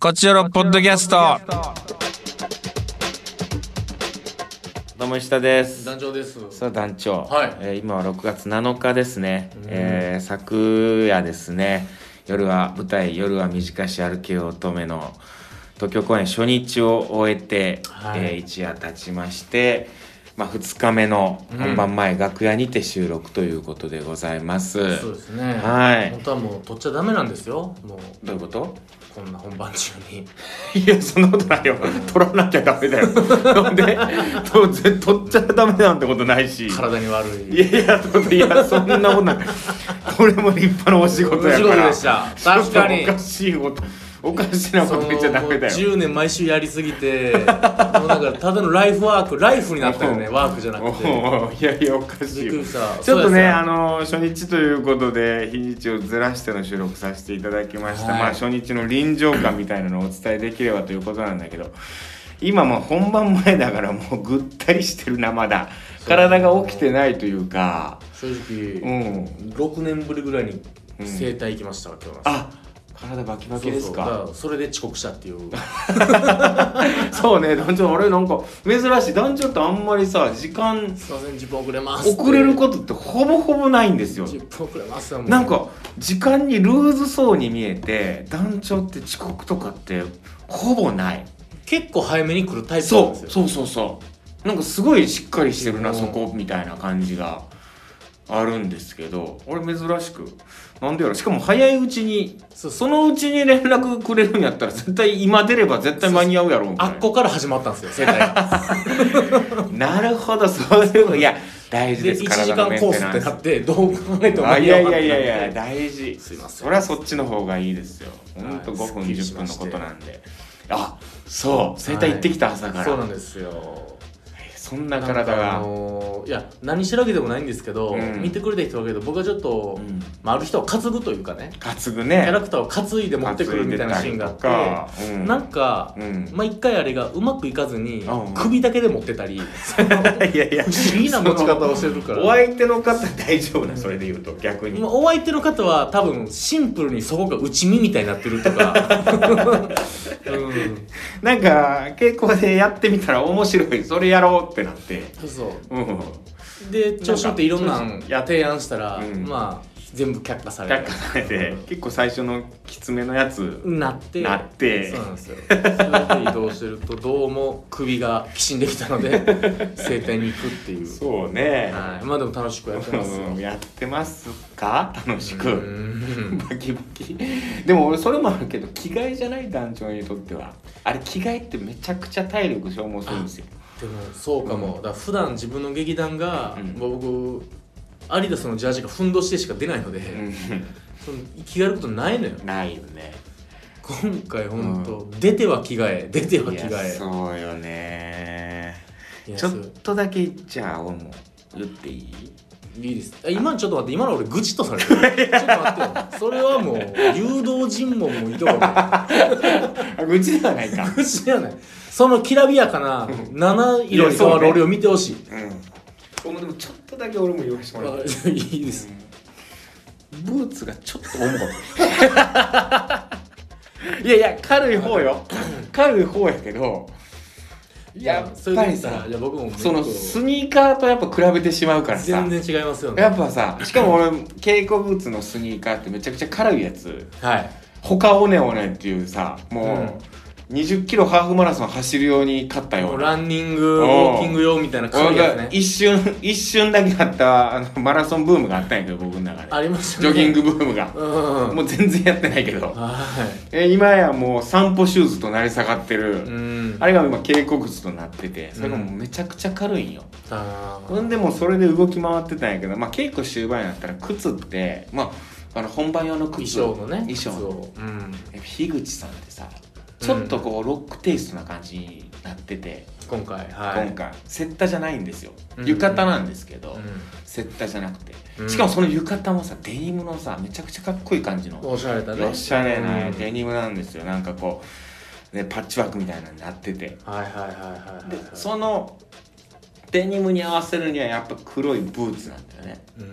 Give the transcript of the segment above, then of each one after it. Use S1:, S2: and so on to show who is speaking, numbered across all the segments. S1: こちらのポッドキャスト。
S2: どうも石田です。
S3: 団長です。
S2: さあ団長、
S3: はい
S2: えー今は6月7日ですね、えー昨夜ですね夜は舞台「夜は短し歩けよ乙女」の東京公演初日を終えて、
S3: はい
S2: えー一夜経ちまして、まあ、2日目の本番前、楽屋にて収録ということでございます。
S3: そうですね。
S2: はい
S3: 本当はもう取っちゃダメなんですよ。もう
S2: どういうこと
S3: こんな本番中に。
S2: いや、そんなことない よ。取らなきゃダメだよ。なんで、 とぜ取っちゃダメなんてことない し。
S3: 体に悪
S2: い
S3: い。
S2: やいや、といや、そんなことない。これも立派なお仕事やから。
S3: お仕事でした確か
S2: ち
S3: に
S2: ょっとおかしいこと、おかしなこと言っちゃダメだ
S3: そ
S2: よ。
S3: のもう10年毎週やりすぎてもうだからただのライフワークライフになったよね
S2: お
S3: ワークじゃな
S2: お
S3: くて
S2: うおういやいや、おかしい
S3: び
S2: よ
S3: っくりした
S2: ちょっと
S3: そう
S2: ね、
S3: です
S2: あの初日ということで日にちをずらしての収録させていただきました、
S3: はい
S2: まあ初日の臨場感みたいなのをお伝えできればということなんだけど今もう本番前だからもうぐったりしてるなまだ
S3: そう
S2: 体が起きてないというか
S3: 正
S2: う
S3: 直、
S2: ん
S3: 6年ぶりぐらいに整体行きましたわ今日は
S2: あ体バキバ
S3: そ
S2: キ
S3: うそ
S2: で
S3: う
S2: す
S3: だ
S2: から
S3: それで遅刻したっていう
S2: そうね団長あれなんか珍しい団長ってあんまりさ時間
S3: すいません10分遅れますって
S2: 遅れることってほぼほぼないんですよ
S3: 10分遅れますよもう
S2: なんか時間にルーズそうに見えて団長って遅刻とかってほぼない
S3: 結構早めに来るタイプなん
S2: そ
S3: ですよ
S2: うそうそうそうなんかすごいしっかりしてるな
S3: うん
S2: そこみたいな感じがあるんですけど俺珍しくなんでやろしかも早いうちに
S3: そう
S2: そのうちに連絡くれるんやったら絶対今出れば絶対間に合うやろみたい
S3: あ
S2: な
S3: っこから始まったんですよ 整体が
S2: なるほどそういうこといや大事
S3: で
S2: で
S3: 1
S2: す
S3: 時
S2: 体の
S3: 間
S2: メン
S3: コー
S2: テ
S3: ス
S2: ナ
S3: っ
S2: ン
S3: て
S2: ス
S3: なってどう考えても
S2: あいやいやいやいや
S3: い
S2: 大事
S3: すいません
S2: それはそっちの方がいいですよほんと
S3: はい
S2: 5分
S3: すっきり
S2: 10
S3: し
S2: 分
S3: ま
S2: の
S3: して
S2: ことなんであそう整体行ってきた朝から、
S3: そうなんですよ
S2: そんな体
S3: なんかあ
S2: が
S3: のーいや何してるわけでもないんですけど、
S2: うん
S3: 見てくれた人だけど僕はちょっと、
S2: うん
S3: まあ、ある人は担ぐというかね
S2: 担ぐ
S3: キャラ
S2: ね
S3: クターを担いで持ってくるみたいなシーンがあっ
S2: 担いでたりとかう
S3: て
S2: ん
S3: なんか、
S2: うん
S3: まあ一回あれがうまくいかずに
S2: うん
S3: 首だけで持っ てたりその不
S2: いやいや
S3: 思議な持 ち方をしてるから
S2: お相手の方大丈夫なそれで言うと逆に
S3: まあお相手の方は多分シンプルにそこが内身みたいになってるとか、 うん、
S2: なんか傾向でやってみたら面白いそれやろうってなって
S3: そうそ
S2: うん
S3: うで調子乗っていろんな
S2: なん
S3: ん
S2: か
S3: 提案したら、
S2: うん
S3: まあ全部却下され
S2: 却
S3: る
S2: 下されて結構最初のきつめのやつ
S3: なって
S2: なって
S3: そうなんですよそれで移動してるとどうも首がきしんできた ので整体に行くっていう
S2: そうね
S3: はい、まあでも楽しくやってますよ
S2: うんやってますか楽しく
S3: うん
S2: バキバキでも俺それもあるけど着替えじゃない団長にとってはあれ着替えってめちゃくちゃ体力消耗するんですよ
S3: でもそうかも、だから普段自分の劇団が、
S2: うん
S3: まあ僕アリダスのジャージがふんどしでしか出ないので、
S2: う
S3: その着替えることないのよ
S2: んないよね
S3: 今回ほんと、出ては着替え出てはい着替
S2: や
S3: え
S2: そうよね
S3: いや
S2: ちょっ
S3: そう
S2: とだけ言っちゃおうも言っていい
S3: いいですあ今のちょっと待って今の俺愚痴とされてるちょっと待ってよそれはもう誘導尋問もいと こない
S2: あ愚痴ではないか
S3: 愚痴じゃないそのきらびやかな七色に変わる俺を見てほしい
S2: うんでもちょっとだけ俺も言わせてもらう
S3: あいいです
S2: ブーツがちょっと重かった いやいや軽い方よ 軽い方やけどやっぱりさ
S3: いや僕も
S2: そのスニーカーとやっぱ比べてしまうからさ
S3: 全然違いますよね
S2: やっぱさしかも俺稽古ブーツのスニーカーってめちゃくちゃ軽いやつ
S3: はい
S2: 他オネオネっていうさもう20キロハーフマラソン走るように買ったよ
S3: もう
S2: うな
S3: ランニングウォーキング用みたいな軽いやつ
S2: 俺が
S3: ね
S2: 一瞬一瞬だけあったあのマラソンブームがあったんやけど僕の中で
S3: ありましたね
S2: ジョギングブームが
S3: うん
S2: もう全然やってないけど
S3: は
S2: え今やもう散歩シューズと成り下がってる、
S3: いうん
S2: あれが今稽古靴となっててそれがもうめちゃくちゃ軽いんよ、
S3: あー
S2: ほんでもうそれで動き回ってたんやけど、まあ、稽古終盤になったら靴って、まあ、あの本番用の
S3: 衣
S2: 靴
S3: 装のね
S2: 衣装
S3: 靴をうん
S2: やっぱ樋口さんってさちょっとこうロックテイストな感じになってて、
S3: 今回はい
S2: 今回セッタじゃないんですよ
S3: うん
S2: 浴衣なんですけど、
S3: う
S2: セッタじゃなくて、
S3: うん
S2: しかもその浴衣もさデニムのさめちゃくちゃかっこいい感じの
S3: んおしゃれだね
S2: おしゃれな
S3: うん
S2: デニムなんですよ、なんかこう、ね、パッチワークみたいなのになってて
S3: はいはいはいはい
S2: で
S3: はい
S2: そのデニムに合わせるにはやっぱ黒いブーツなんだよね
S3: うん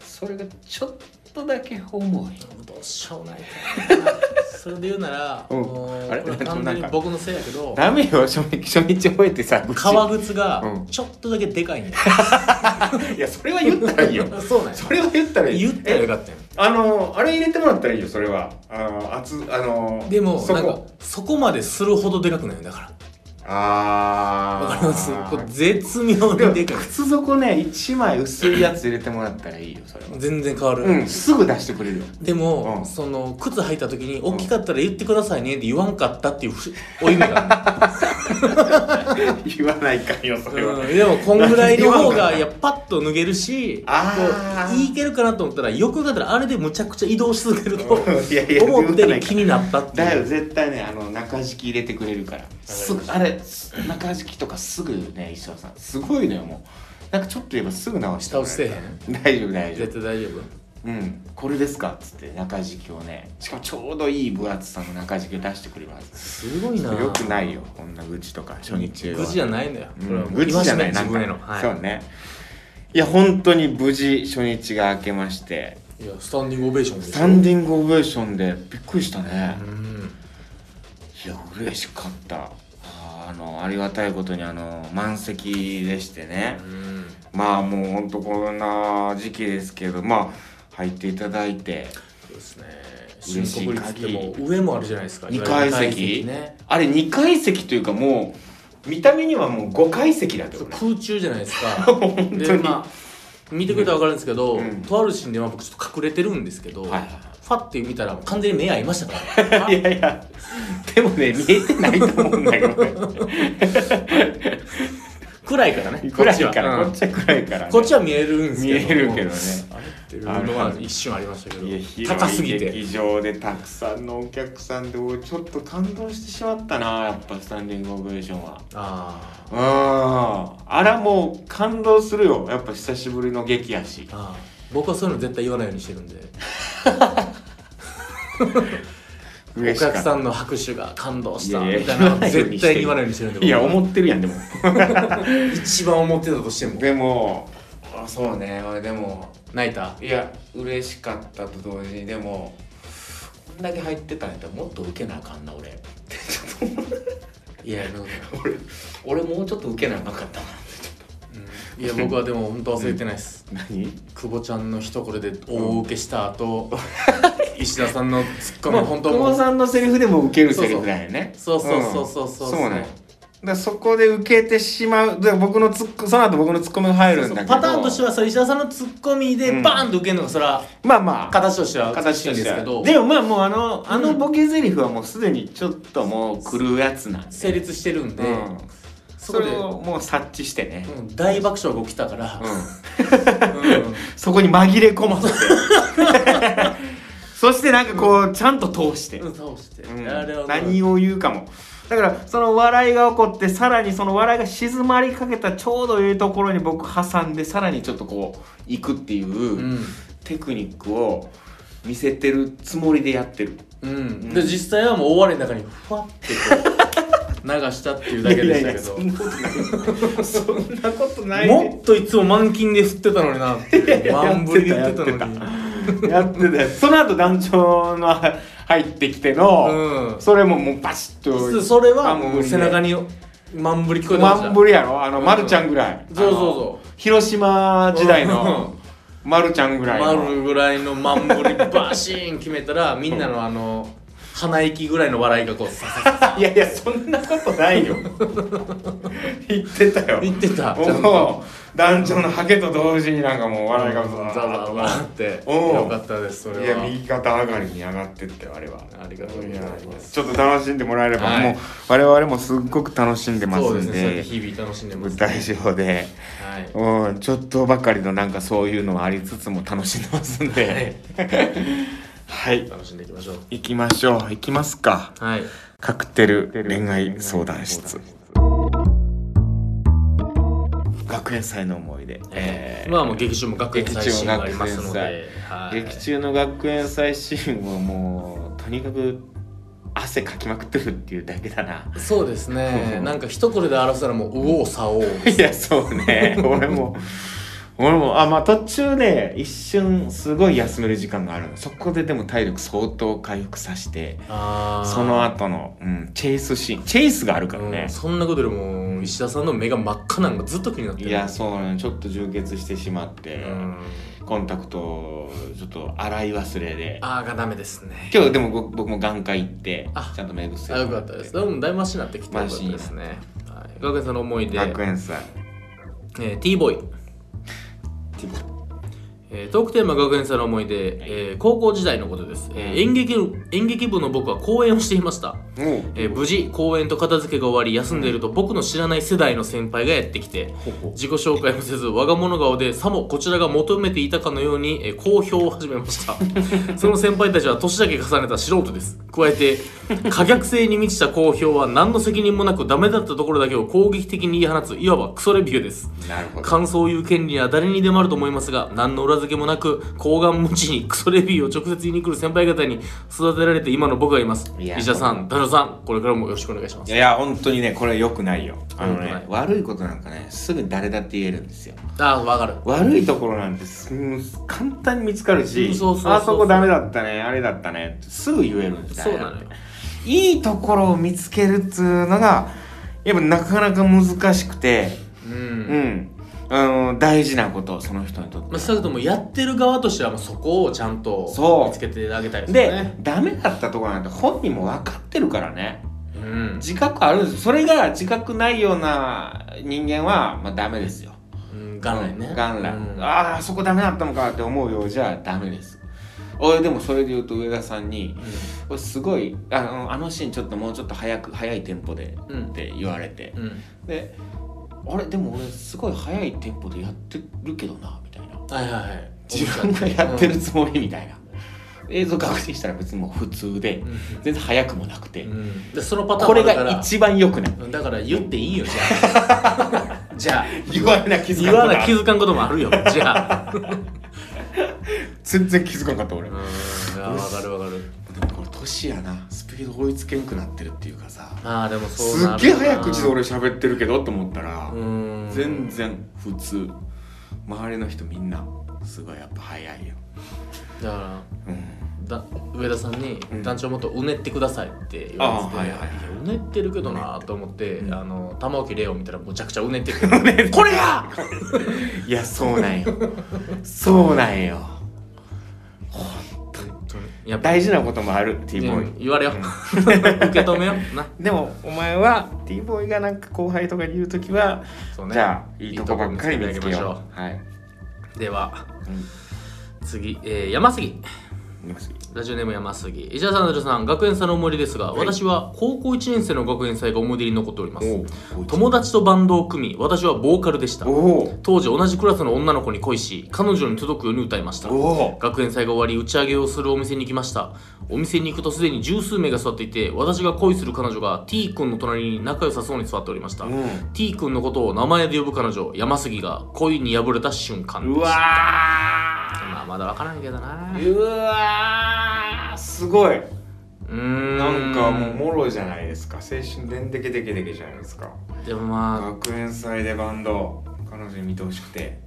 S2: それがちょっとだけ重い
S3: どうしようもないかそれで言うなら、
S2: うん
S3: もう
S2: あれ
S3: これは完全に僕のせいやけど
S2: ダメよ初日初日終えてさ愚痴
S3: 革靴が
S2: うん
S3: ちょっとだけでかいんや、
S2: いやそれは言ったらいい よ
S3: そうなんや
S2: それは言ったらいい
S3: 言ったらよ
S2: え
S3: かったよ
S2: あのあれ入れてもらったらいいよそれはあの厚あの
S3: でも
S2: そ
S3: なんか
S2: こ
S3: そこまでするほどでかくないんだか
S2: あ
S3: ら
S2: あ
S3: わかりますこれ絶妙にでかい
S2: 靴底ね1枚薄いやつ入れてもらったらいいよそれは
S3: 全然変わる、
S2: うんすぐ出してくれるよ
S3: でも、
S2: うん
S3: その靴履いた時に「大きかったら言ってくださいね」って言わんかったっていう不 負い目があ る
S2: 言わないかんよそれは、
S3: うん、でもこんぐらいの方がいやパッと脱げるし
S2: あ
S3: こ
S2: ー
S3: ういけるかなと思ったらよく考えたらあれでむちゃくちゃ移動し続けると
S2: いやいや
S3: 思ったより気になったって
S2: だ
S3: い
S2: よ
S3: う
S2: 絶対ねあの中敷き入れてくれるからすぐあれす中敷きとかすぐね石田さんすごいのよもうなんかちょっと言えばすぐ直してもらえるから
S3: 下を
S2: 大丈夫大丈夫
S3: 絶対大丈
S2: うんこれですかっつって中敷きをねしかもちょうどいい分厚さの中敷きを出してくれるは
S3: 夫
S2: ず
S3: すごいな
S2: よくないよこんな愚痴とか初日は
S3: 愚痴じゃないんだよ、
S2: うん
S3: これはもう
S2: 愚痴じゃないな
S3: 戒
S2: んか
S3: め自分への、はい、
S2: そうねいや本当に無事初日が明けまして
S3: いやスタンディングオベーションでしょ
S2: スタンディングオベーションでびっくりしたね、
S3: うん
S2: いや嬉しかったあーあのありがたいことにあの満席でしてね
S3: うん
S2: まあもうほんとこんな時期ですけどまあ入っていただいて
S3: そうですね
S2: 嬉し
S3: 新
S2: い
S3: 国立ってもう上もあるじゃないですか
S2: 2階
S3: いわゆる
S2: 席
S3: ね
S2: あれ2階席というかもう見た目にはもう5階席だけどね
S3: 空中じゃないです かでまあ見てくれたら分かるんですけど、
S2: うん
S3: とあるシーンでは僕ちょっと隠れてるんですけど、
S2: はいはいはい
S3: ファッて見たら完全に目合いましたからあ
S2: いやいやでもね見えてないと思うんだけどね
S3: 暗いからね
S2: 暗いから
S3: こ
S2: こ
S3: っ
S2: っ
S3: ち
S2: ちは暗いから
S3: は,、
S2: ね
S3: こっちは見えるんです
S2: 見
S3: けど
S2: えるけどね
S3: あれっていうのは一瞬ありましたけど
S2: いや広い
S3: 高すぎて
S2: 劇場でたくさんのお客さんで俺ちょっと感動してしまったなやっぱスタンディングオベーションは
S3: あ
S2: うんあらもう感動するよやっぱ久しぶりの劇やし
S3: ーあー僕はそういうの絶対言わないようにしてるんでお
S2: 嬉しかっ
S3: 客
S2: た
S3: さんの拍手が感動した
S2: いやいや
S3: みたいなのは
S2: 言わないよう
S3: 絶
S2: にして
S3: 対
S2: る
S3: に言わないようにしてるんで
S2: いや
S3: 僕は
S2: 思ってるやんでも
S3: 一番思ってたとしても
S2: でもあそうね俺でも
S3: 泣いた
S2: いや嬉しかったと同時にでもこんだけ入ってたんやったらもっと受けなあかんな俺ちょっと思った
S3: いやいやなんか
S2: 俺俺もうちょっと受けなあかんかったない
S3: や僕はでも本当忘れてないです、
S2: 何
S3: 久保ちゃんの一声で大受けした後、 石田さんのツッコミ
S2: まあ
S3: 本当
S2: 久保
S3: も
S2: さんのセリフでも受けるセリフだよね
S3: そうそうそうそうそ
S2: う
S3: う
S2: んそうなんよだからそこで受けてしまうだから僕のツッコその後僕のツッコミが入るんだけど
S3: パターンとして
S2: は
S3: はそれ石田さんのツッコミで
S2: うん
S3: バーンと受けるのがそれは
S2: まあまあ
S3: 形としては
S2: 形と
S3: 美し
S2: し
S3: い
S2: て
S3: んですけ
S2: は
S3: ど
S2: でもまあもうあのあ
S3: う
S2: の
S3: ん
S2: ボケセリフはもうすでにちょっともう狂うやつなんで
S3: 成立してるんで、
S2: うん
S3: そ
S2: そ
S3: こ
S2: れ
S3: で、
S2: をもう察知してね、
S3: うん大爆笑が起きたから、
S2: うん
S3: うん
S2: そこに紛れ込ま せてそしてなんかこうちゃんと通して、
S3: うん倒して、
S2: うん
S3: あれは、
S2: 何を言うかもだからその笑いが起こってさらにその笑いが静まりかけたちょうどいいところに僕挟んでさらにちょっとこう行くっていううんテクニックを見せてるつもりでやってる
S3: うん、で実際はもう大笑いの中にふわってこう流したっていうだけでしたけ
S2: い
S3: ど
S2: やいやそんなことないそんなことない
S3: もっといつも満勤で振ってたのになっていう満振りで振ってたのに
S2: やってたよその後団長の入ってきての、
S3: うん
S2: それももうバシッ
S3: 普通
S2: と
S3: それは
S2: 満
S3: もう
S2: 振りで
S3: 背中に満振り聞こえてました
S2: 満ぶりやろあの、
S3: うん
S2: まるちゃんぐらい
S3: そうそう
S2: あの
S3: そ
S2: 広島時代のまるちゃんぐ
S3: う
S2: らいの
S3: 丸ぐらいの満振りバシーン決めたらみんなのあの鼻息ぐらいの笑いがこうささ さ
S2: いやいやそんなことない よ言ってたよ
S3: 言ってたちゃんと
S2: もう団長のハケと同時になんかもう
S3: ザ
S2: 笑いが
S3: ザザザって
S2: うん
S3: よかったですそ
S2: い
S3: れ
S2: や
S3: は
S2: 右肩上がりに上がってってあれは
S3: ありがとうございます
S2: ちょっと楽しんでもらえれば、
S3: はい
S2: もう我々もすっごく楽しんでま
S3: そう
S2: すん
S3: ですねそうやって
S2: で
S3: 日々楽しんでま
S2: 舞
S3: す
S2: 台上で、
S3: はい
S2: うん、ちょっとばかりのなんかそういうのはありつつも楽しんでますんではい
S3: 楽しんでいきましょう
S2: 行きましょう行きますか
S3: はい
S2: カクテル恋愛相談室学園祭の思い出、えー
S3: まあもう劇中も学園祭シーンがありますの
S2: 劇中も学
S3: で、はい、
S2: 劇中の学園祭シーンはもうとにかく汗かきまくってるっていうだけだ な
S3: そうですねなんか一声で表したらもう右往左往です
S2: いやそうね俺もう俺もあまあ途中で一瞬すごい休める時間があるのそこででも体力相当回復させて
S3: あー
S2: その後の、うん、チェイスシーンチェイスがあるから
S3: う
S2: ね
S3: ん、そんなことよりも石田さんの目が真っ赤なんかずっと気になってる
S2: いやそうなのちょっと充血してしまって、
S3: うん
S2: コンタクトをちょっと洗い忘れで
S3: ああがダメですね
S2: 今日でもぼ僕も眼科行って
S3: あ
S2: ちゃんと目薬
S3: あよかったですでもだいぶマシになってきてよかったですねはい学園さんの思い出、
S2: 学園祭
S3: えー、T ボーイ、えー、トークテーマ学園祭の思い出、えー高校時代のことです、えー演劇部演劇部の僕は公演をしていました、
S2: おう
S3: えー無事公演と片付けが終わり休んでいると僕の知らない世代の先輩がやってきて
S2: ほほ
S3: 自己紹介もせず我が物顔でさもこちらが求めていたかのように、えー好評を始めました その先輩たちは年だけ重ねた素人です加えて可逆性に満ちた好評は何の責任もなくダメだったところだけを攻撃的に言い放ついわばクソレビューです
S2: なるほど
S3: 感想を言う権利は誰にでもあると思いますが何の裏付けもなく厚顔無知にクソレビューを直接言いに来る先輩方に育てられて今の僕がいます
S2: いや
S3: 石田さん太郎さんこれからもよろしくお願いしま
S2: い
S3: す
S2: やいや本当にねこれ良くないよあの
S3: 良くな
S2: ね
S3: い
S2: 悪いことなんかねすぐ誰だって言えるんですよ
S3: ああわかる
S2: 悪いところなんてすうん簡単に見つかるし
S3: うんそうそうそうそう
S2: あそこダメだったねあれだったねってすぐ言えるんです
S3: そうなのよ
S2: いいところを見つけるっつうのがやっぱなかなか難しくてう
S3: う
S2: んん、あの大事なことその人にとって
S3: まあ、少なくともやってる側としてはもうそこをちゃん
S2: そう
S3: と見つけてあげたいです
S2: で、
S3: ね。
S2: ダメだったところなんて本人も分かってるからね
S3: うん、
S2: 自覚あるんですそれが自覚ないような人間は、まあ、ダメですよ
S3: うん、元来ね。
S2: 元来、
S3: うん
S2: ああそこダメだったのかって思うようじゃダメです俺でもそれで言うと上田さんに「俺すごいあのあのシーンちょっともうちょっと早く早いテンポで」
S3: うん
S2: って言われて、
S3: うん、うん
S2: で「あれでも俺すごい早いテンポでやってるけどな」みたいな
S3: はいはいはい。
S2: 自分がやってるつもりみたいな、映像確認したら別にもう普通で
S3: うん。うん
S2: 全然早くもなくて、
S3: うんでそのパターン
S2: これ
S3: もある
S2: が一番良くない
S3: からうんだから言っていいよじゃあじゃあ
S2: 言わな気づか
S3: 言
S2: んか
S3: わ
S2: った
S3: な気づかんこともあるよ じゃあ
S2: 全然気づかんかった俺、
S3: う
S2: でも
S3: んいやわかるわかる
S2: これ年やなスピード追いつけんくなってるっていうかさ
S3: まあでもそう
S2: す
S3: な
S2: っ
S3: る
S2: げえ早口で俺喋ってるけどと思ったら、
S3: うん
S2: 全然普通周りの人みんなすごいやっぱ早いよ、
S3: だから
S2: うん、
S3: だ上田さんに
S2: うん
S3: 「団長もっとうねってください」って言われてて、
S2: あーはいはいはい
S3: やうねってるけどなと思って、
S2: うん
S3: あの玉置玲を見たらむちゃくちゃうねって るこれや
S2: いやそうなんよそうなんよ
S3: やっぱ
S2: 大事なこともある T ボーイ、
S3: うん言われよ 受け止めよ な
S2: でもお前は T ボーイがなんか後輩とかに言うときは、
S3: そうね
S2: じゃあいいとこばっかり見つけ
S3: いいとこ
S2: よ
S3: 見
S2: うはい、
S3: では
S2: うん
S3: 次、えー山杉
S2: 見ます
S3: ラジオネーム山杉石田さん成田さん学園祭の思い出ですが、
S2: はい
S3: 私は高校1年生の学園祭が思い出に残っております
S2: おう
S3: 友達とバンドを組み私はボーカルでした
S2: おう
S3: 当時同じクラスの女の子に恋し彼女に届くように歌いました
S2: おお
S3: 学園祭が終わり打ち上げをするお店に行きましたお店に行くとすでに十数名が座っていて私が恋する彼女が T 君の隣に仲良さそうに座っておりました、
S2: う
S3: T 君のことを名前で呼ぶ彼女山杉が恋に破れた瞬間
S2: んう
S3: でした
S2: わ
S3: まあまだ分からんけどな
S2: ーうわーすごいう
S3: ーん
S2: なんかもうもろじゃないですか青春でんでけでけでけじゃないですか
S3: でもまあ
S2: 学園祭でバンド彼女に見てほしくて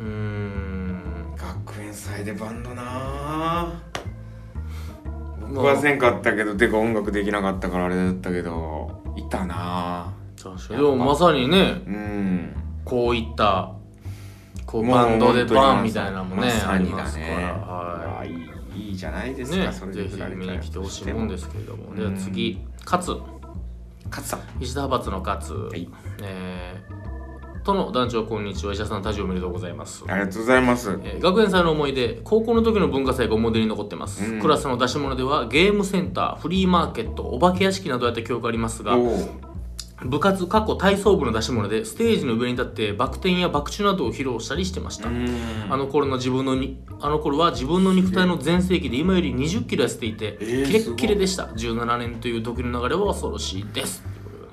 S3: うーん
S2: 学園祭でバンドなあ僕はせんかったけどてか音楽できなかったからあれだったけどいたなあ
S3: 確かにでもまさにね
S2: うん
S3: こういったこう
S2: もう
S3: バンドでバ
S2: 本当に
S3: ンみたいなのもね
S2: まさに
S3: あり
S2: だ
S3: ますから
S2: ね、
S3: はい
S2: いいいじゃないで
S3: い
S2: すか、
S3: ね
S2: それ
S3: ぜ
S2: で
S3: ひ
S2: 振られ
S3: 見
S2: た
S3: に
S2: り
S3: 来てほしいもんですけれどもでは次勝
S2: 勝さんは
S3: 石田派閥の勝、
S2: い
S3: えー、との団長こんにちは石田さん多治おめでとうございます、
S2: ありがとうございます
S3: えー学園祭の思い出高校の時の文化祭が思い出に残ってます、
S2: うん
S3: クラスの出し物ではゲームセンターフリーマーケットお化け屋敷などやった記憶がありますが
S2: おう
S3: 部活過去体操部の出し物でステージの上に立ってバク転やバク宙などを披露したりしてました、
S2: うん
S3: あの頃の自分のにあの頃は自分の肉体の全盛期で今より2 0キロ痩せていて、
S2: えー
S3: キレッキレでした17年という時の流れは恐ろしいです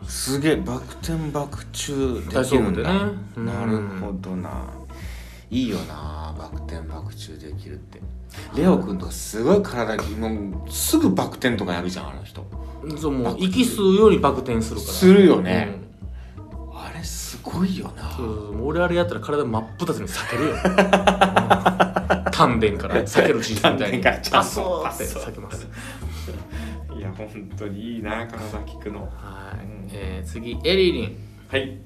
S2: すげえバク転バク宙で
S3: 体
S2: き
S3: 操
S2: る
S3: 部
S2: ん
S3: で
S2: だ、
S3: ねうん
S2: なるほどないいよなバク転バク宙できるってレオくんとかすごい体にもうすぐバク転とかやるじゃんあの人
S3: そうもう息吸うようにバク転するから
S2: するよね、あれすごいごいよな
S3: そうそうもう俺あれやったら体真っ二つに避けるよ うん丹田から避ける人生みたい
S2: 丹
S3: に
S2: 田からちゃんと
S3: あそうって避けます
S2: いや本当にいいな体聞くの
S3: はい、えー、次エリリン
S2: はい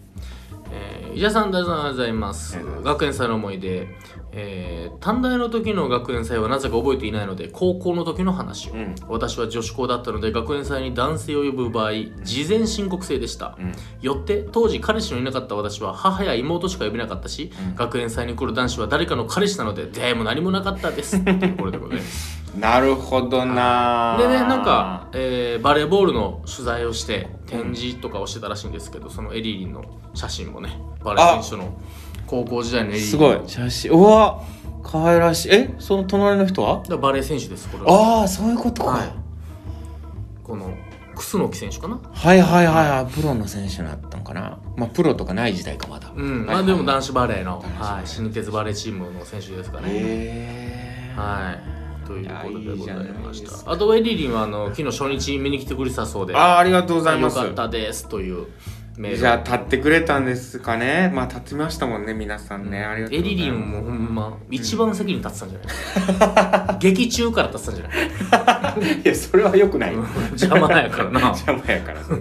S3: えー、伊者さん大さんおはようございます
S2: ありがとうござい
S3: 学園祭の思い出、えー、短大の時の学園祭はなぜか覚えていないので高校の時の話を、
S2: うん
S3: 私は女子校だったので学園祭に男性を呼ぶ場合事前申告制でした、
S2: うん
S3: よって当時彼氏のいなかった私は母や妹しか呼べなかったし、
S2: うん
S3: 学園祭に来る男子は誰かの彼氏なので出会いも何もなかったです というこれでございます
S2: なるほどな
S3: でねなんか、えーバレーボールの取材をして展示とかをしてたらしいんですけどそのエリーリンの写真もねバレー選手の高校時代のエリーリン
S2: すごい写真うわ可愛らしいえその隣の人は
S3: だからバレー選手ですこれは
S2: ああそういうことか、
S3: はいこの楠木選手かな
S2: はい、はいはいはいプロの選手になったのかなまあプロとかない時代かまだ
S3: う
S2: はい
S3: ん、
S2: はい
S3: まあでも男子バレーの、
S2: 男子バレー
S3: はい、新鉄バレーチームの選手ですかね、
S2: へえ
S3: はい。ということでござい
S2: いやいいじゃな
S3: ま
S2: い
S3: し
S2: です
S3: た。あと、エリリンはあの昨日初日見に来てくれてたそうで、
S2: ああありがとうございま
S3: よ
S2: す
S3: かったですというメール。
S2: じゃあ立ってくれたんですかねまあ立ちましたもんね皆さんね、ありがとう
S3: エ
S2: ございます
S3: リリンもほんま、一番先に立ってたんじゃ ない劇中から立ってたんじゃな
S2: い
S3: い
S2: やそれはよくない
S3: 邪魔やから な。はい、
S2: 邪魔やからそれ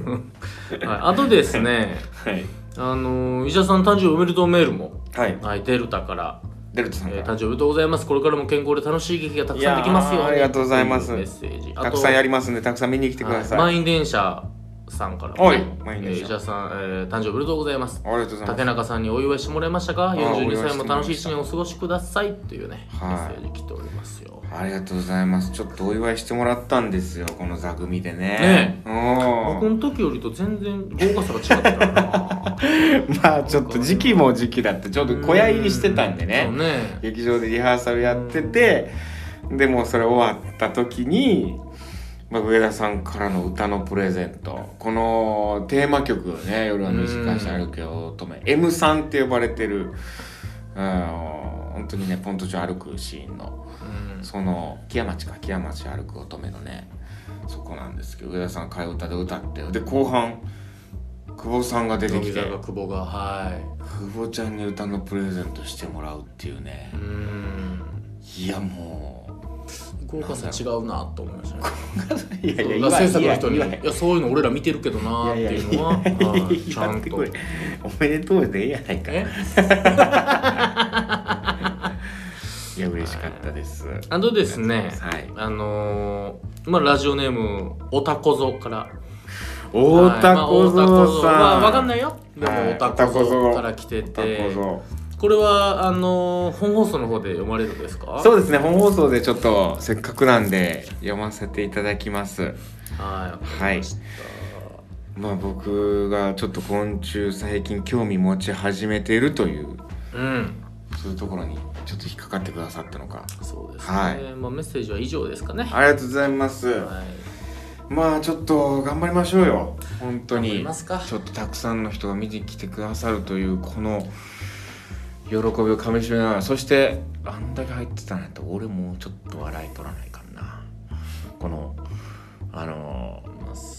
S3: あとですね、
S2: はい
S3: あのー、石田さん誕生日おめでとうメールも、
S2: はい
S3: はい、デルタから、
S2: デルトさんか
S3: えー
S2: ら、
S3: 誕生日おめでとうございます。これからも健康で楽しい劇がたくさんできます
S2: い
S3: よ。
S2: やーありがとうございます
S3: とうメッセージ。あと
S2: たくさんやりますんでたくさん見に来てください、
S3: はい満員電車さんから
S2: おい
S3: マ
S2: 満
S3: イ
S2: 員
S3: ン
S2: 電車
S3: 石田さん、えー誕生日おめでとうございます
S2: ありがとうございます
S3: 竹中さんにお祝いしてもらいましたか
S2: ーお祝いしても
S3: 42
S2: らいま
S3: 歳
S2: した
S3: も楽しい一年をお過ごしくださいっていうね、
S2: はい
S3: メッセージ来ておりますよ
S2: ありがとうございますちょっとお祝いしてもらったんですよこの座組でねえ
S3: ね僕
S2: お
S3: の時よりと全然豪華さが違ったからな
S2: まあちょっと時期も時期だってちょうど 小屋入りしてたんでね
S3: そうね
S2: 劇場でリハーサルやっててでもうそれ終わった時に、まあ、上田さんからの歌のプレゼントこのテーマ曲をね「夜は短し歩けよ乙女」M3 って呼ばれてるうん本当にねポンと町歩くシーンの
S3: うん
S2: その木屋町か木屋町歩く乙女のねそこなんですけど上田さん替え歌で歌ってで後半久保さんが出て
S3: 乃木
S2: きて
S3: 坂久保がはい
S2: 久保ちゃんに歌のプレゼントしてもらうっていうね
S3: うん
S2: いやもう。
S3: 豪華さ違うなと思いましたね
S2: いやいや、
S3: だから制作の人に
S2: い
S3: い
S2: や
S3: や
S2: いや
S3: そういうの俺ら見てるけどなーっていうのははいちゃんと
S2: おめでとうでいいやないか。い
S3: え
S2: や、嬉しかったです。
S3: あとですね、
S2: はい
S3: あのーまあ、ラジオネーム、おたこぞから。
S2: 大田小僧さん。
S3: まあ、わかんないよ。で
S2: はい
S3: も、おたこ
S2: おたこぞ
S3: ぞから来て
S2: 大田小
S3: て。
S2: 僧
S3: これは、あのー本放送の方で読まれるんですか。
S2: そううですね、本放送でちょっとせっかくなんで読ませていただきます。
S3: はい。
S2: はい。まあ僕がちょっと昆虫最近興味持ち始めているという、
S3: うん。
S2: そういうところにちょっと引っかかってくださったのか。
S3: そうですね。
S2: はい
S3: まあ、メッセージは以上ですかね。
S2: ありがとうございます。
S3: はい。
S2: まあちょっと頑張りましょうよ本当
S3: 頑張
S2: に
S3: りますか
S2: ちょっとたくさんの人が見に来てくださるというこの喜びをかみしめながらそしてあんだけ入ってたんやったら俺もうちょっと笑い取らないかんなこのあの
S3: まあそ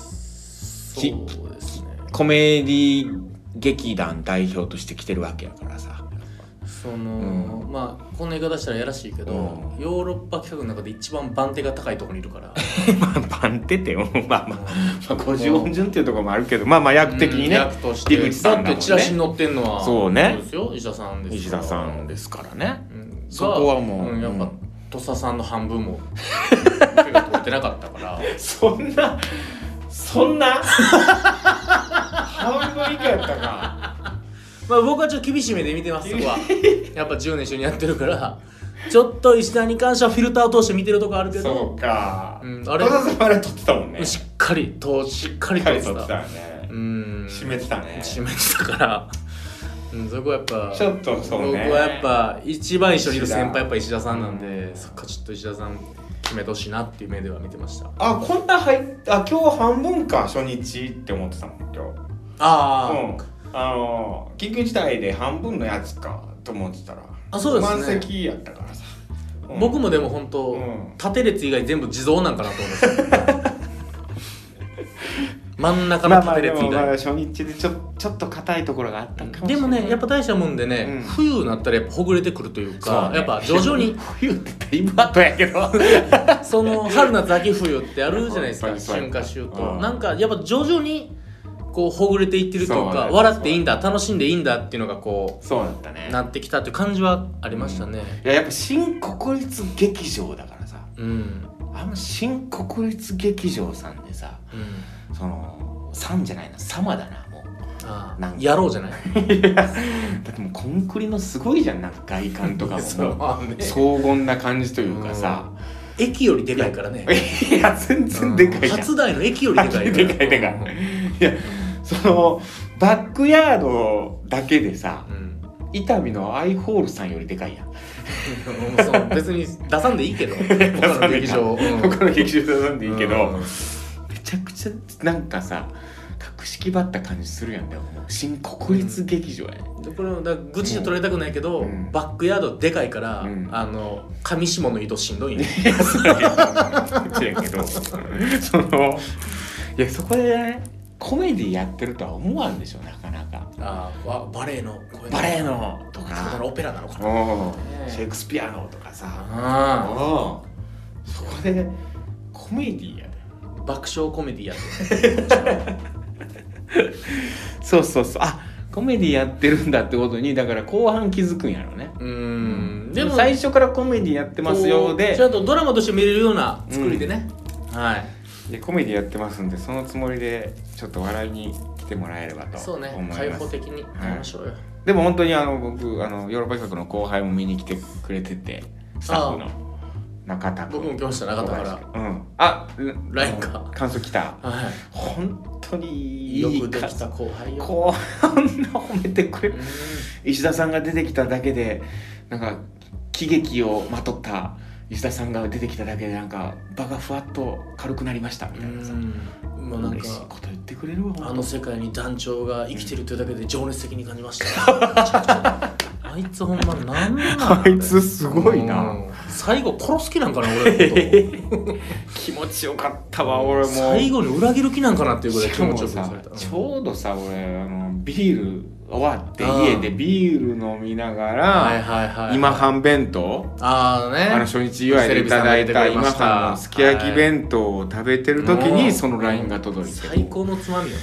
S3: うですね。
S2: コメディ劇団代表として来てるわけやからさ
S3: その、まあ、こんな言い方したらやらしいけど、
S2: うん
S3: ヨーロッパ企画の中で一番番手が高いところにいるから。
S2: まあパンテてまあ まあまあ50音順っていうところもあるけどまあまあ役 的にね
S3: 役として
S2: 樋口さんだもんね
S3: だってチラシに載ってんのは
S2: そうね
S3: ですよ石田さんです
S2: 石田さんですからね
S3: うん
S2: そこはもうん
S3: やっ
S2: う
S3: ぱ
S2: ん
S3: 土佐さんの半分 も手が取ってなかったから
S2: そんなそんな半分以下やったか
S3: まあ僕はちょっと厳しい目で見てます そこはやっぱ10年一緒にやってるからちょっと石田に関してはフィルターを通して見てるとこあるけど
S2: そうか、
S3: うんあれ
S2: わざわざあれ撮ってたもんね
S3: しっかりとしっかりと
S2: 撮っ
S3: って
S2: た
S3: てた
S2: ね、
S3: うん
S2: 締めてたね
S3: 締めてたからうんそこはやっぱ
S2: ちょっとそうね
S3: 僕はやっぱ一番一緒にいる先輩やっぱ石田さんなんでそっかちょっと石田さん決めてほしいなっていう目では見てました
S2: あこんな入っあ今日半分か初日って思ってたもん今日
S3: あ
S2: うんあの緊急事態で半分のやつかと思ってたら
S3: あそうですね
S2: 満席やったからさ、うん
S3: 僕もでも本当、
S2: うん
S3: 縦列以外全部自動なんかなと思って真ん中
S2: ま
S3: の
S2: あまあ
S3: 縦
S2: で
S3: 列
S2: も
S3: みたい
S2: ま
S3: な
S2: あ初日でちょちょっと硬いところがあったかもし
S3: で
S2: れな
S3: も
S2: い
S3: ねやっぱ大したもんで
S2: う
S3: ね、
S2: ん
S3: 冬になったらやっぱほぐれてくるという
S2: そう
S3: か
S2: ね
S3: やっぱ徐々に
S2: 冬って言ったら今とやけど
S3: その春夏秋冬ってあるじゃないです
S2: 本当
S3: か
S2: にそうや
S3: 春夏秋冬、
S2: うん
S3: なんかやっぱ徐々にこうほぐれていってるという
S2: そう
S3: か
S2: ね
S3: 笑っていいんだ楽しんでいいんだっていうのがこ
S2: そうだったね
S3: うなってきたっていう感じはありましたね
S2: いややっぱ新国立劇場だからさ
S3: うん、うん
S2: あの新国立劇場さんでさその「さん」じゃないな「様」だなもう
S3: あ
S2: なん
S3: あ
S2: か
S3: やろうじゃない
S2: だってもうコンクリのすごいじゃんなんか外観とかも
S3: そうまあね
S2: 荘厳な感じというかさ、
S3: 駅よりでかいからね
S2: いや全然でかいじゃん
S3: 初代の駅よりでかいから
S2: でかいでかいいやそのバックヤードだけでさ
S3: うん
S2: 伊丹のアイホールさんよりでかいやん
S3: うんそう別に出さんでいい けど他の劇場、うん
S2: 他の劇場さんでいいけど、
S3: うん
S2: めちゃくちゃなんかさ格式ばった感じするやんだよもう新国立劇場やね、
S3: でこれもだから愚痴で取られたくないけど、
S2: うん
S3: バックヤードでかいから、
S2: うん
S3: あの上下の移動しんどいね
S2: いやそうやけどそのいやそこでねコメディやってるとは思わんでしょなかなか
S3: あーわバレエの声
S2: バレエのと
S3: そうだ
S2: か
S3: ろオペラなのかな
S2: おう
S3: ねえ
S2: シェイクスピアのとかさ
S3: あ
S2: ああそこでコメディやで
S3: ー爆笑コメディやって
S2: そうそうそうあコメディやってるんだってことにだから後半気づくんやろね
S3: う
S2: うんで
S3: で
S2: も
S3: も
S2: 最初からコメディやってますよ
S3: こう
S2: で
S3: ちゃんとドラマとして見れるような作りでね、はい
S2: でコメディやってますんでそのつもりでちょっと笑いに来てもらえればと
S3: そう
S2: 思い
S3: ね
S2: ます
S3: 開放的にやりましょうよ、
S2: でも本当にあの僕あのヨーロッパ企画の後輩も見に来てくれててスタッフの中田君
S3: 僕も来ました中田から
S2: らうんあうん
S3: ラインか
S2: 感想来た
S3: はい
S2: 本当にい
S3: よ
S2: い
S3: くでき
S2: 感想
S3: た後輩よ
S2: こんな褒めてくれる石田さんが出てきただけでなんか喜劇をまとった石田さんが出てきただけでなんか場がふわっと軽くなりましたみ
S3: う
S2: たいなさ
S3: んもうなん
S2: 嬉しい
S3: か
S2: こと言ってくれるわ
S3: あの世界に団長が生きてるというだけで情熱的に感 じました。めちゃくちゃあいつほんまなんな
S2: あ
S3: ん
S2: いつすごいな
S3: うん最後殺す気なんかな 俺のこ
S2: 気持ちよかったわ
S3: と
S2: 俺も
S3: 最後に裏切る気なんかなっていうぐら
S2: し
S3: い気
S2: か
S3: 持
S2: も
S3: ちよくさ
S2: さ
S3: れた
S2: ちょうどさ俺あのビール終わって
S3: ああ
S2: 家でビール飲みなが
S3: はい
S2: ら
S3: はいはい
S2: 今半弁当
S3: ああね
S2: あの初日祝いでいただいた今半のすき焼き弁当を食べてる時
S3: は
S2: に
S3: い
S2: そのラインが届いて
S3: 最高のつまみよ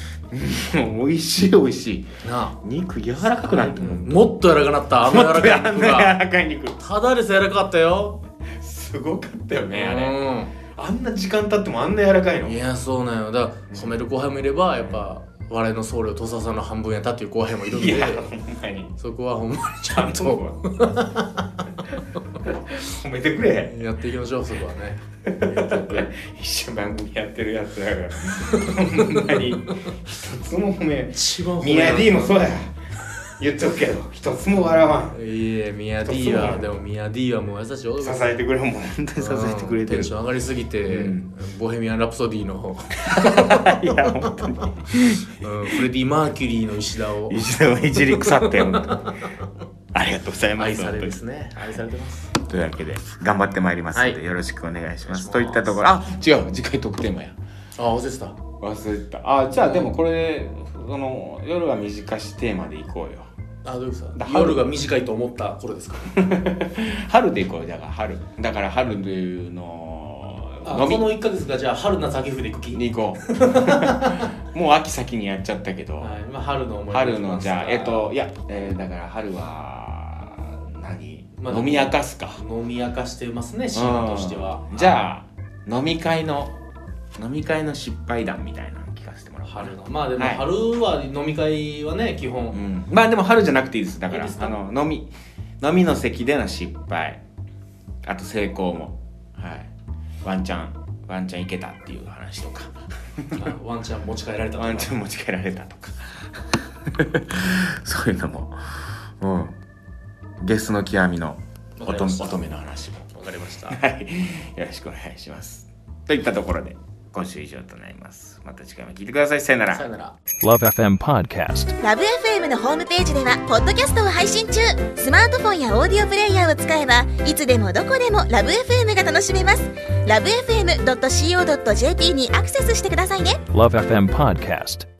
S2: もう美味しい美味しい
S3: な
S2: 肉柔らかくなってるも
S3: もっと柔らかなったあの柔らかい肉が
S2: かい肉
S3: ただでさ柔らかかったよ
S2: すごかったよねあれ
S3: うん
S2: あんな時間経ってもあんな柔らかいの
S3: いやそうなんよだから褒める後輩もいればやっぱ我の僧侶土佐さんの半分やったっていう後輩もいるん
S2: いや
S3: で
S2: ほんまに
S3: そこはほんまにちゃんと
S2: 褒めてくれ
S3: やっていきましょうそこはね
S2: 一緒に番組やってるやつだからほんまに一つも褒め
S3: 一番褒め
S2: ミヤ
S3: られ
S2: D もそうや言っとくけど一つも笑わん
S3: いえミヤ D はでもミヤ D はもう優しい
S2: 支
S3: 男
S2: えてくれもう本当に支えてくれて
S3: テ
S2: る
S3: ンション上がりすぎて、
S2: うん
S3: ボヘミアン・ラプソディの、
S2: いや本当に
S3: うん、フレディ・マーキュリーの石田を
S2: 一度いじり腐って本当にありがとうございます
S3: 愛されですね愛されてます
S2: 本当にというわけで頑張ってまいりますので、
S3: はい
S2: よろしくお願いします
S3: お
S2: と
S3: 願い
S2: い
S3: し
S2: った
S3: ます
S2: ところあ違う次回特テーマや
S3: あ忘れてた
S2: 忘れたあじゃあでもこれその夜は短しテーマでいこうよ
S3: あどういうこと
S2: だ
S3: ですか夜が短いと思った頃ですか
S2: 春で行こうだから春だから春というの
S3: あ
S2: の
S3: こ
S2: み
S3: の1ヶ月がじゃあ春夏秋冬で行く気
S2: に行こ うもう秋先にやっちゃったけど、
S3: はい、まあ春の思い出
S2: 春のじゃあ
S3: と
S2: え
S3: 言い
S2: っ
S3: ますか
S2: といや、えーだから春は何、
S3: まあ
S2: 飲み明かすか
S3: 飲み明かしてますねシーンとしては
S2: うんじゃあ飲み会の飲み会の失敗談みたいなの聞かせてもらおうかな
S3: 春のまあでも
S2: はい
S3: 春は飲み会はね基本、
S2: うんまあでも春じゃなくていいですだから
S3: いいです
S2: あ
S3: か
S2: の飲み飲みの席での失敗あと成功もはいワンチャンワンチャンいけたっていう話とか
S3: あワンチャン持ち帰られたとか
S2: ワンチャン持ち帰られたとか そういうのもうんゲスの極みの
S3: わかり
S2: 乙
S3: ました
S2: 乙女の話も
S3: わかりました
S2: はいよろしくお願いしますといったところで今週以上となりますまた次回も聞いてくださいさよなら
S3: さよなら
S1: Love FM Podcast.
S4: ラブ f m のホームページではポッドキャストを配信中スマートフォンやオーディオプレイヤーを使えばいつでもどこでもラブ f m が楽しめますラブ FM.co.jp にアクセスしてくださいね
S1: Love FM Podcast.